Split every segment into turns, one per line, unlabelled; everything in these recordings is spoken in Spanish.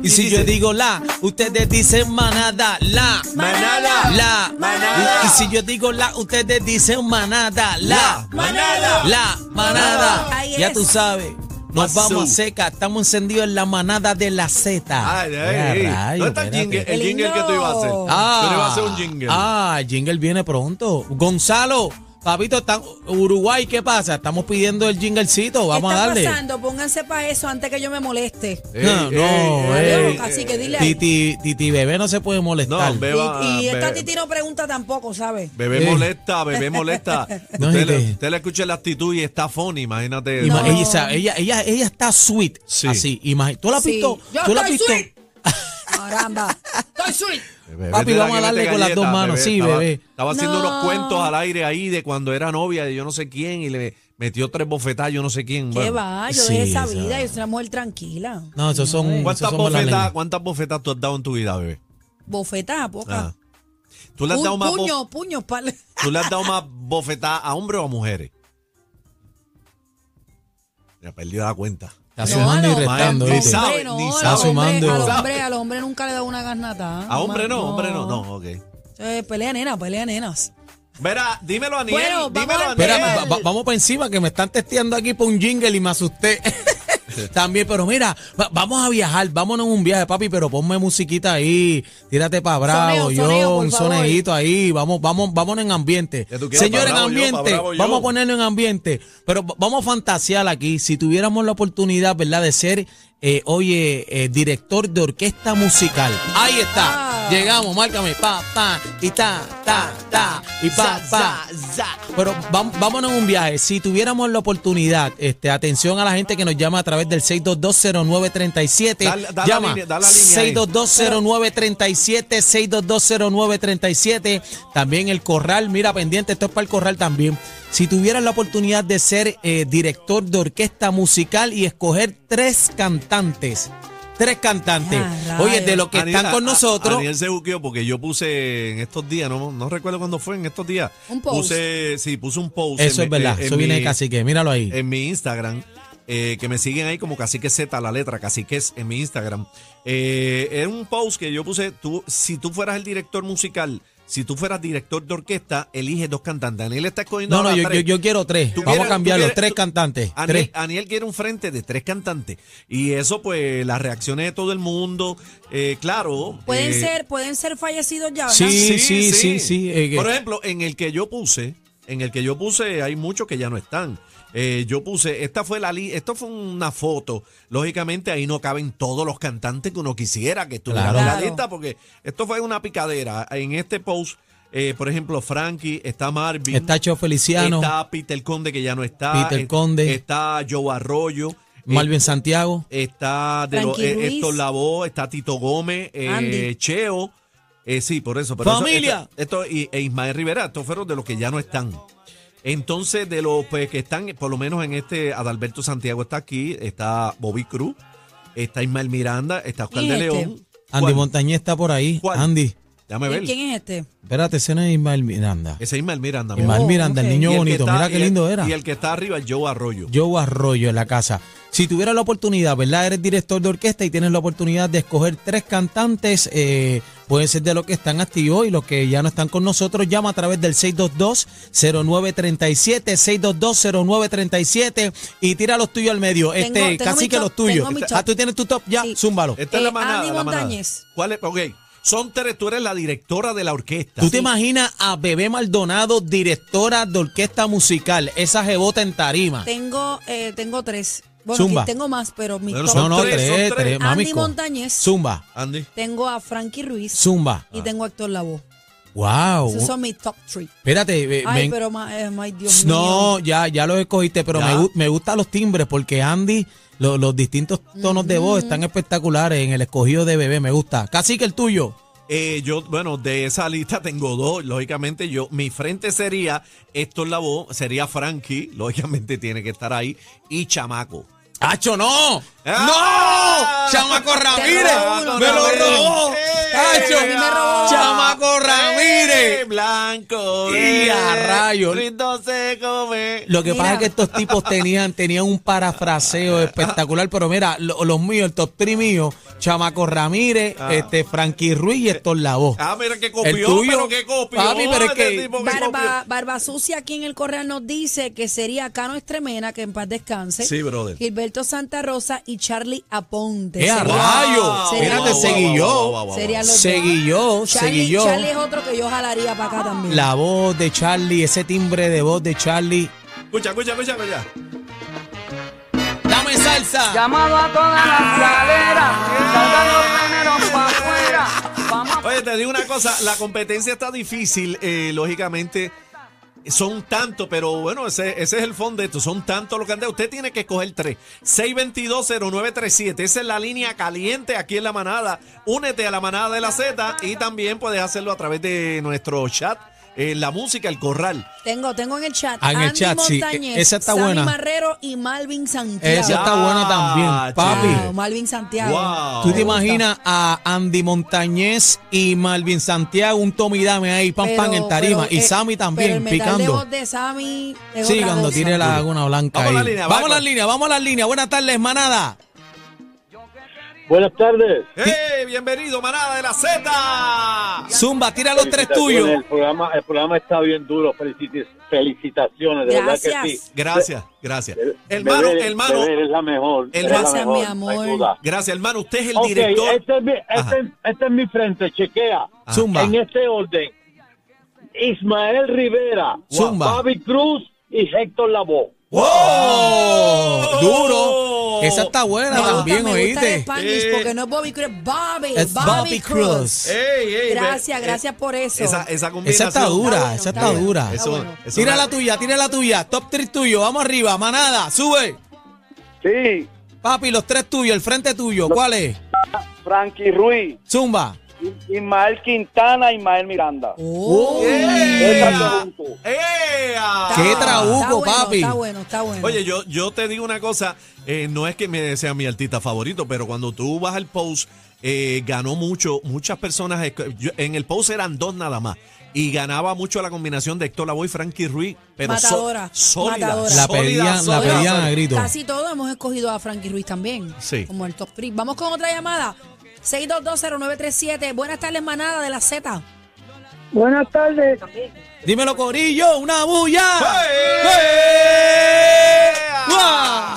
Y si yo digo la, ustedes dicen manada, la,
Manada.
la,
Manada.
Y, y si yo digo la, ustedes dicen manada, la,
Manada.
la, manada.
Ahí
Ya
es.
tú sabes, nos
Pasó.
vamos a seca, estamos encendidos en la manada de la Z.
Ay, ay,
Ya,
ay.
rayo,
¿Dónde está el
espérate.
jingle? El
El
jingle que tú ibas a hacer.
himno.
tú le ibas a hacer un jingle.
Ah, el jingle viene pronto. Gonzalo, papito, está, Uruguay, ¿qué pasa? Estamos pidiendo el jinglecito, vamos
¿Qué
a
está
darle.
pasando? Pónganse para eso antes que yo me moleste.
Ey,
no,
ey,
no, eh.
ey,
ey.
ey,
Así que
ey.
dile ahí.
Titi, Titi Bebé no se puede molestar.
No,
Y,
beba.
y esta
bebe-
Titi no pregunta tampoco, ¿sabes?
Bebé
Eh.
molesta, bebé molesta.
No,
usted,
y
le,
que-
usted le escucha la actitud y está funny, imagínate.
Ima-
No.
ella, sabe, ella, ella, ella está sweet.
Sí.
Así. imagi- ¿Tú la has
Sí.
visto?
Yo
¿Tú la has
estoy
visto?
sweet. Caramba. Estoy sweet.
Bebé,
Papi,
te
vamos a
que
darle
mete
con las dos manos, sí,
estaba-
bebé.
Estaba haciendo unos
No.
cuentos al aire ahí de cuando era novia de yo no sé quién y le metió tres bofetadas, yo no sé quién.
¿Qué
Bueno,
va? Yo
sí,
de esa
esa-
vida, yo soy una mujer tranquila.
No, esos son. esos
¿Cuántas
son malas
bofetadas,
lenguas.
¿Cuántas bofetadas tú has dado en tu vida, bebé?
Bofetas a poca.
Ah. ¿Tú, le has
Pu-
dado más bo-
puño, puño, pal-
¿Tú le has dado más bofetadas a hombres o a mujeres? Me ha perdido la cuenta.
Está sumando
al
y
hombre,
restando,
Ni
al
¿viste?
sabe,
hombre no,
ni
al
sabe.
hombre-
sumando.
Al hombre, al hombre nunca le da una garnata. ¿ah?
A hombre no, hombre no. No, ok.
Eh, pelea nena, pelea nenas.
Verá, dímelo a Aniel,
Bueno, vamos
dímelo a
al
Aniel.
Espérame,
Miguel.
va- va- vamos para encima que me están testeando aquí por un jingle y me asusté. También, pero mira, va- vamos a viajar, vámonos en un viaje, papi, pero ponme musiquita ahí, tírate para Bravo,
Soneo, soneo,
yo,
por
un
favor.
sonejito ahí, vamos, vamos, vámonos en ambiente.
Ya tú quieres,
Señores,
pa'
en
Bravo yo, pa'
ambiente,
Bravo yo.
vamos a ponerlo en ambiente, pero v- vamos a fantasear aquí, si tuviéramos la oportunidad, ¿verdad?, de ser, eh, oye, eh, director de orquesta musical. Ahí está,
Ah.
llegamos, márcame, pa, pa, y ta, ta, ta, y pa, pa. Pero vam- vámonos en un viaje. Si tuviéramos la oportunidad, este, atención a la gente que nos llama a través del 6220937.
Dale- dale la
llama
línea- dale la línea ahí.
6220937, 6220937. También el corral, mira pendiente, esto es para el corral también. Si tuvieras la oportunidad de ser eh, director de orquesta musical y escoger tres cantantes. Tres cantantes.
Ya,
Oye, de los que
Aniel,
están con
a- a-
nosotros.
Aniel se buqueó porque yo puse en estos días, no, no recuerdo cuándo fue, en estos días.
Un post.
Puse, sí, puse un post.
Eso es
en mi-
verdad,
en
eso viene
mi-
de cacique, míralo ahí.
en mi Instagram, eh, que me siguen ahí como Cacique Z, la letra Caciques en mi Instagram. Eh, es un post que yo puse, tú, si tú fueras el director musical, si tú fueras director de orquesta, elige dos cantantes. Aniel está escogiendo
No, no,
ahora
yo, yo,
tres.
yo quiero tres.
Tú
Vamos
quieres-
a
tú
cambiarlo.
quieres-
tres
tú-
cantantes.
Aniel,
tres.
Aniel quiere un frente de tres cantantes. Y eso, pues, las reacciones de todo el mundo, eh, claro.
Pueden
eh,
ser, pueden ser fallecidos ya, ¿verdad?
Sí. sí, sí, eh, que-
Por ejemplo, en el que yo puse, en el que yo puse, hay muchos que ya no están. Eh, yo puse, esta fue la li- esto fue una foto. Lógicamente ahí no caben todos los cantantes que uno quisiera que estuvieran
Claro.
en la
Claro.
lista, porque esto fue una picadera. En este post, eh, por ejemplo, Frankie, está Marvin,
Está Cheo Feliciano,
está Peter Conde que ya no está,
Peter
eh,
Conde.
está Joe Arroyo,
Malvin Santiago.
Está de los,
Frankie
eh,
Ruiz.
Héctor Lavoe, está Tito Gómez, eh,
Andy.
Cheo. eh, sí, por eso. pero eso-
¡Familia!
esto, esto- y, e Ismael Rivera, estos fueron de los que ya no están. Entonces, de los pues, que están, por lo menos en este, Adalberto Santiago está aquí, está Bobby Cruz, está Ismael Miranda, está Oscar
¿Quién
de
es este?
León.
Andy
¿Cuál?
Montañez está por ahí.
¿Cuál?
Andy,
Déjame ver.
¿Quién, quién es este?
espérate, ese no es Ismael Miranda.
Ese es Ismael Miranda. mi
Ismael
amor.
Oh,
Miranda,
ok.
el niño
Y el que
bonito.
está-
Mira
y
qué
el-
lindo era.
Y el que está arriba, Joe Arroyo.
Joe Arroyo en la casa. Si tuviera la oportunidad, ¿verdad? Eres director de orquesta y tienes la oportunidad de escoger tres cantantes, eh, puede ser de los que están activos y los que ya no están con nosotros, llama a través del 622-0937, 622-0937 y tira los tuyos al medio.
Tengo-
este,
tengo
casi
mi
que
top,
los tuyos.
tengo mi
Ah,
top.
tú tienes tu top ya,
Sí.
zúmbalo.
Esta es la
Eh,
manada.
Andy
la manada.
Montañez.
¿Cuál es? Ok. Son tres, tú eres la directora de la orquesta.
¿Tú te imaginas a Bebé Maldonado, directora de orquesta musical, esa jebota en tarima?
Tengo, eh, tengo tres. Bueno,
Zumba.
aquí tengo más, pero mi
Pero
top.
No, no,
Son
tres,
tres, son
tres,
tres.
tres, mami.
Andy Montañez.
Zumba,
Andy.
Tengo a Frankie Ruiz
zumba.
y tengo a Héctor Lavoe.
Wow.
Esos son mis top three.
Espérate, Oh. eh,
Ay,
me-
pero, ma- eh, ay, Dios mío.
no, ya, ya los escogiste, pero
Ya.
me, gu- me gustan los timbres porque Andy, lo- los distintos tonos de voz están espectaculares en el escogido de bebé, me gusta. Casi que el tuyo.
Eh, yo, bueno, de esa lista tengo dos. Lógicamente, yo, mi frente sería Héctor Lavoe, sería Frankie, lógicamente tiene que estar ahí, y Chamaco.
¡Acho, no!
¡Ah!
¡No! ¡Chamaco Ramírez!
robó uno,
¡Me lo
Ramírez.
robó!
¡Eh!
¡Acho!
A mí me robó.
¡Chamaco
¡Eh!
Ramírez!
blanco.
Y a
eh,
rayos.
Rindo se come.
Lo que pasa
Mira.
es que estos tipos tenían, tenían un parafraseo espectacular, pero mira, lo- los míos, el top 3 mío, Chamaco Ramírez, este Frankie Ruiz y Héctor Lavoz.
Ah, mira que
El
copió,
tuyo.
pero que copió.
Papi, pero es
este
que-
tipo
Barba,
copió.
Barba Sucia aquí en el correo nos dice que sería Cano Estremena, que en paz descanse.
Sí, brother.
Gilberto Santa Rosa y Charlie Aponte.
¡Eh, a
Sería-
rayos!
sería-
Espérate,
Wow,
seguí
wow,
yo.
wow, wow, wow.
serían los
Seguí
dos.
yo,
Charlie,
seguí yo.
Charlie es otro que yo jalaría para acá también.
La voz de Charlie, ese timbre de voz de Charlie.
Escucha, escucha, escucha, escucha.
¡Dame salsa!
Llamado a todas las galeras, salgan los veneros para afuera. Vamos a
Oye, te digo una cosa, la competencia está difícil, eh, lógicamente. Son tanto, pero bueno, ese, ese es el fondo de esto. Son tantos los candidatos. Usted tiene que escoger tres. 622-0937. Esa es la línea caliente aquí en la manada. Únete a la manada de la Z y también puedes hacerlo a través de nuestro chat. eh, la música, el corral.
Tengo, tengo en el chat.
Ah, en el
Andy
chat, sí.
Montañez,
Esa está
Sammy
buena.
Marrero y Malvin Santiago.
Esa está
Ya,
buena también,
Wow,
papi.
Malvin Santiago.
Wow.
¿Tú
Me
te
gusta.
imaginas a Andy Montañez y Malvin Santiago, un Tommy Dame ahí, pam, pam,
Pero-
en tarima?
pero,
y
eh,
Sammy
pero
también,
el metal de
picando.
voz de Sammy es
Sí,
otra
cuando
cosa.
tire la laguna blanca
Vamos a la
ahí.
línea,
vamos a la
Paco.
línea, vamos a la línea. Buenas tardes, manada.
Buenas tardes.
¡Hey! ¡Eh! Bienvenido, manada de la Z.
Zumba, tira los tres tuyos.
El programa, el programa está bien duro. Feliciti- felicitaciones, de verdad que
Gracias.
sí.
Gracias, gracias.
De-
Hermano,
de-
hermano.
de- Eres la mejor. eres la
Gracias, mi
mejor,
amor.
no hay duda.
Gracias, hermano. Usted es el
Ok,
director.
este es, mi,
Ajá.
este, este es mi frente, chequea.
Ah.
Zumba.
En este orden. Ismael Rivera,
Zumba.
Fabi Cruz y Héctor Lavoe.
¡Oh!
¡Wow! Duro. Esa está buena
Me gusta,
también,
me gusta el
oíste.
Spanish
Eh.
porque no es Bobby Cruz, es Bobby,
Es Bobby
Bobby
Cruz.
Cruz.
Ey, ey, ve-
Gracias,
eh,
gracias por eso.
Esa, eh, esa combinación.
Esa está dura,
bueno,
esa
está
está
bueno.
dura.
Eso-
bueno.
eso
Tira
una-
la tuya, tira la tuya. Top 3 tuyo, vamos arriba, manada, sube.
Sí,
Papi, los tres tuyos, el frente tuyo, ¿cuál es?
Frankie Ruiz,
Zumba.
Ismael Quintana, Ismael Miranda.
Oh.
eh, ¡Ea!
Esa pregunta.
¡Ea!
¿Qué
Está
trabuco,
bueno,
papi?
Está bueno, está bueno.
Oye, yo, yo te digo una cosa, eh, no es que me sea mi artista favorito, pero cuando tú vas al post, eh, ganó mucho, muchas personas, esco- yo- en el post eran dos nada más, y ganaba mucho la combinación de Héctor Lavoe y Frankie Ruiz, pero so-
Matadora,
sólida,
matadora.
La
sólida,
pedían, la
sólida,
pedían a
sólida.
grito.
Casi todos hemos escogido a Frankie Ruiz también.
Sí.
Como el top 3. Vamos con otra llamada. 6220937. Buenas tardes, manada de la Z.
Buenas tardes.
Dímelo, Corillo, una bulla.
¡Ea!
¡Guau!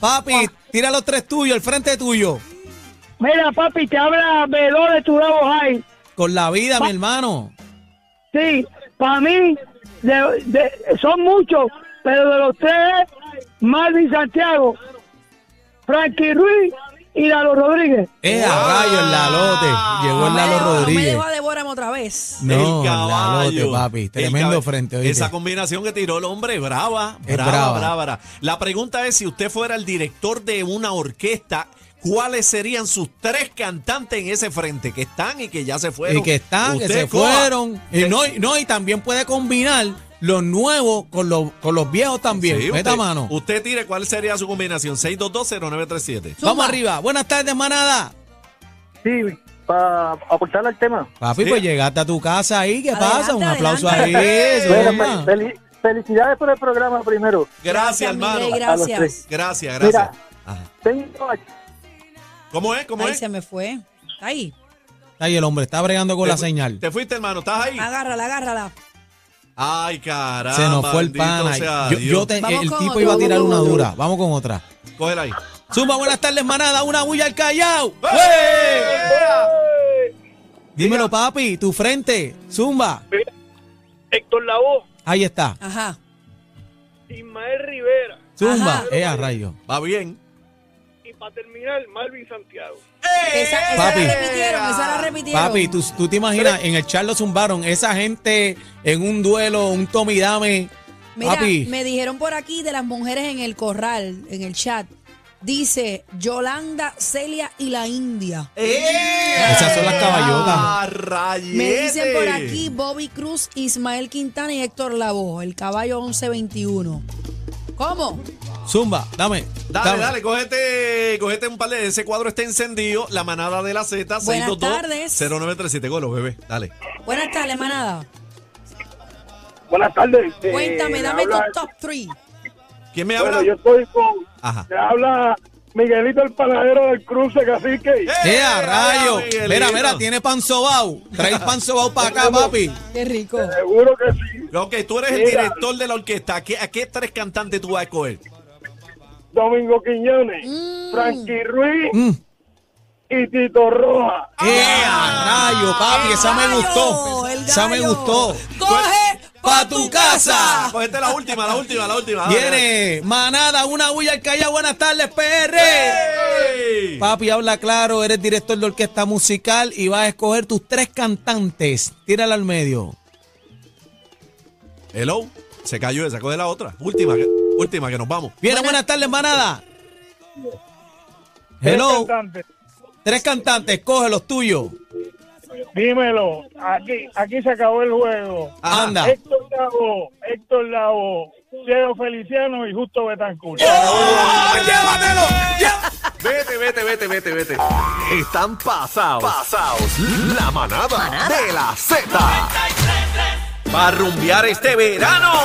Papi, tira los tres tuyos, el frente tuyo.
Mira, papi, te habla Velo de tu lado, High.
Con la vida, mi hermano.
Sí, para mí de- de- son muchos, pero de los tres, Marvin Santiago, Frankie Ruiz y Lalo Rodríguez.
Eh, a rayo el lalote. Llegó el
No me
Lalo
dejó- No me
Rodríguez.
dejó a Deborame otra vez.
No,
el caballo.
Lalote, papi.
El
Tremendo
caballo.
frente, oíste.
Esa combinación que tiró el hombre, brava,
Es
brava,
brava.
brava, brava. La pregunta es, si usted fuera el director de una orquesta, ¿cuáles serían sus tres cantantes en ese frente que están y que ya se fueron?
Y que están, que
Usted
se
coja.
fueron. Y
Usted-
no, y no, y también puede combinar los nuevos con los, con los viejos también.
Sí,
Meta
usted-
mano.
Usted tire cuál sería su combinación. 6220937.
Vamos arriba. Buenas tardes, manada.
Sí, para aportar al tema.
Papi,
Sí.
pues llegaste a tu casa ahí. ¿Qué
Adelante,
pasa? Un aplauso
adelante.
ahí.
Bueno,
Zulma.
fel- fel- felicidades por el programa primero.
Gracias,
Miguel,
hermano.
A los
Gracias.
tres.
Gracias, gracias.
Mira.
Ajá.
Tengo aquí-
¿Cómo es? ¿Cómo
Ahí
es?
se me fue. Ahí.
Ahí el hombre está bregando con la
Te fu-
señal.
Te fuiste, hermano. ¿Estás ahí?
Agárrala, agárrala.
Ay, caramba.
Se nos fue el
bendito
pana.
ah, sea
Yo,
Dios.
yo te-
Vamos
el
con
tipo
otra,
iba a
vamos
tirar
con
una
otra.
dura. Vamos con otra.
Cógela ahí.
Zumba, buenas tardes, manada. Una bulla al callao.
Ah,
Dímelo, papi. Tu frente. Zumba.
Héctor Lavoe,
Ahí está.
Ajá.
Ismael Rivera
Zumba.
Ajá.
Eh, a rayo.
Va bien.
y para terminar Malvin Santiago.
Esa, esa
Eh, Papi.
la repitieron, esa la repitieron.
Papi, ¿tú, tú te imaginas, en el Charlo zumbaron esa gente en un duelo, un Tommy Dame.
Mira,
papi,
me dijeron por aquí de las mujeres en el corral, en el chat. Dice Yolanda, Celia y la India.
Esas son las caballotas.
¡Eh! Rayete.
Me dicen por aquí Bobby Cruz, Ismael Quintana y Héctor Lavoe, el caballo 1121. ¿Cómo?
zumba, dame.
Dale,
dame.
dale, cógete, cógete un par de. Ese cuadro está encendido. La manada de la Z.
Buenas
622
tardes.
0937. Golo, bebé. Dale.
Buenas tardes, manada.
Buenas tardes. Eh,
Cuéntame,
le
dame
habla-
tu top 3.
¿Quién me
Bueno,
habla?
yo estoy con.
Ajá.
Le habla Miguelito el panadero del cruce, cacique.
¡Eh, a rayo!
Miguelito!
Mira, mira, tiene pan sobao. Trae pan sobao para acá, papi.
Qué rico.
Seguro que sí.
Ok, tú eres el
Mira.
director de la orquesta. ¿A qué, a qué tres cantantes tú vas a escoger?
Domingo Quiñones, Frankie Ruiz
Mm.
y Tito Roja.
¡Eh, a rayo, papi! Esa me gustó.
Ah, El gallo,
Esa me
el gallo.
gustó.
Coge pa' tu casa.
Cogete la última, la última, la última. Dale,
Viene manada, una huya al Callao. Buenas tardes, PR.
dale. ¡Ey!
Papi, habla claro, eres director de orquesta musical y vas a escoger tus tres cantantes. Tírala al medio.
Hello. Se cayó esa, coge la otra. Última, que- última, que nos vamos.
Viene, buenas tardes, manada. Hello. Tres cantantes, coge los tuyos.
Dímelo, aquí, aquí se acabó el juego.
Ajá.
Anda.
Héctor Lavo, Héctor Lavo, Diego Feliciano y Justo Betancourt.
¡Llévatelo!
Vete, vete, vete, vete, vete. Están pasados. Pasados. La manada, de la Z. Para rumbear este verano.